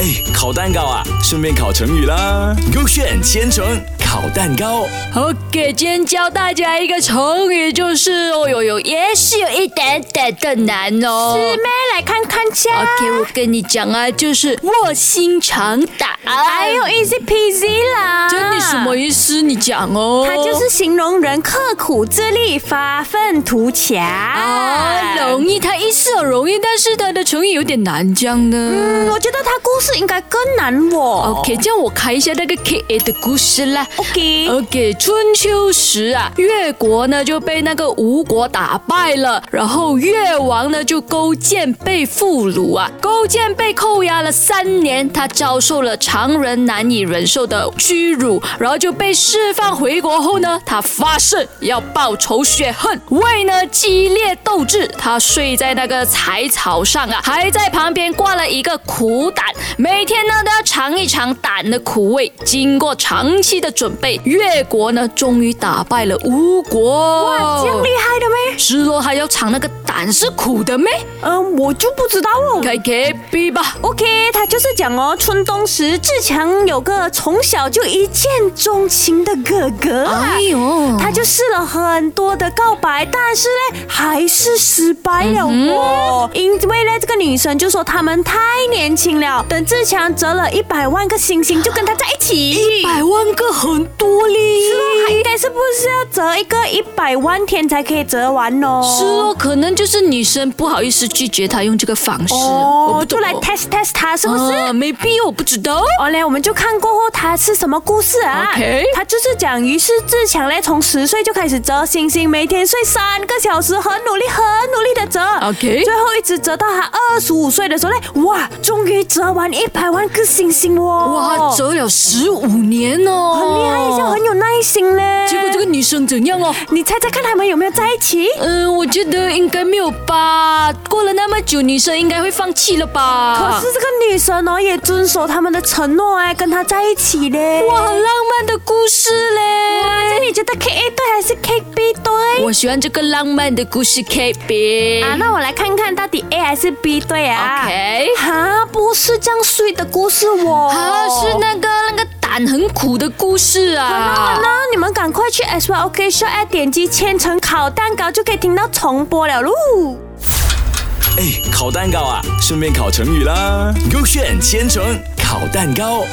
哎，烤蛋糕啊，顺便烤成语啦。勾选千层烤蛋糕， OK，今天教大家一个成语，就是哦呦呦，也是有一点点的难哦。师妹来看看下。 OK，我跟你讲啊，就是卧薪尝胆。哎呦，easy peasy 啦！这你什么？意思？你讲哦。它就是形容人刻苦自立、发愤图强。哦啊，容易，它意思很容易，但是它的成语有点难讲呢。嗯，我觉得它故事应该更难我。 OK，这样我看一下那个 K A 的故事啦。 OK。 OK，春秋时啊，越国呢就被那个吴国打败了，然后越王呢就勾践被俘虏啊，勾践被扣押了三年，他遭受了常人难以忍受的屈辱，然后就被释放回国后呢，他发誓要报仇雪恨。为呢激烈斗志，他睡在那个柴草上啊，还在旁边挂了一个苦胆，每天呢都要尝一尝胆的苦味。经过长期的准备，越国呢终于打败了吴国。哇，这样厉害的咩？是咯，还要尝那个胆是苦的咩？嗯，我就不知道了。该给 B 吧。 OK，他就是讲哦，春冬时志强有个从小就一见钟情的哥哥啊，哎呦，他就试了很多的告白，但是呢还是失败了哦。因为呢这个女生就说他们太年轻了，等志强折了一百万个星星就跟他在一起。百万个很多哩。他应该是不是要折一个一百万天才可以折完哦？是哦，可能就是女生不好意思拒绝他用这个方式，我哦不，懂就哦。来 test test 他是不是？啊，没必要，我不知道。哦嘞，我们就看过后他是什么故事啊 OK 他就是讲，于是志强嘞从十岁就开始折星星，每天睡三个小时，很努力，很努力的折。 OK 最后一直折到他二十五岁的时候嘞，哇，终于折完一百万个星星哦！哇，走了十五年哦，很厉害，就很有耐心嘞。结果这个女生怎样哦？你猜猜看他们有没有在一起？嗯，我觉得应该没有吧。过了那么久，女生应该会放弃了吧？可是这个女生哦，也遵守他们的承诺哎，跟他在一起嘞。哇，很浪漫的故事那嘞！你觉得 K A 对还是 K B 对？我喜欢这个浪漫的故事 K B。啊，那我来看看到底 A 还是 B 对啊 OK 哈，不是这样睡的故事哦我。啊，是。那个那个胆很苦的故事啊。那你们赶快去 S Y O K Show App 点击千层烤蛋糕，就可以听到重播了喽。哎，烤蛋糕啊，顺便烤成语啦。勾选千层烤蛋糕。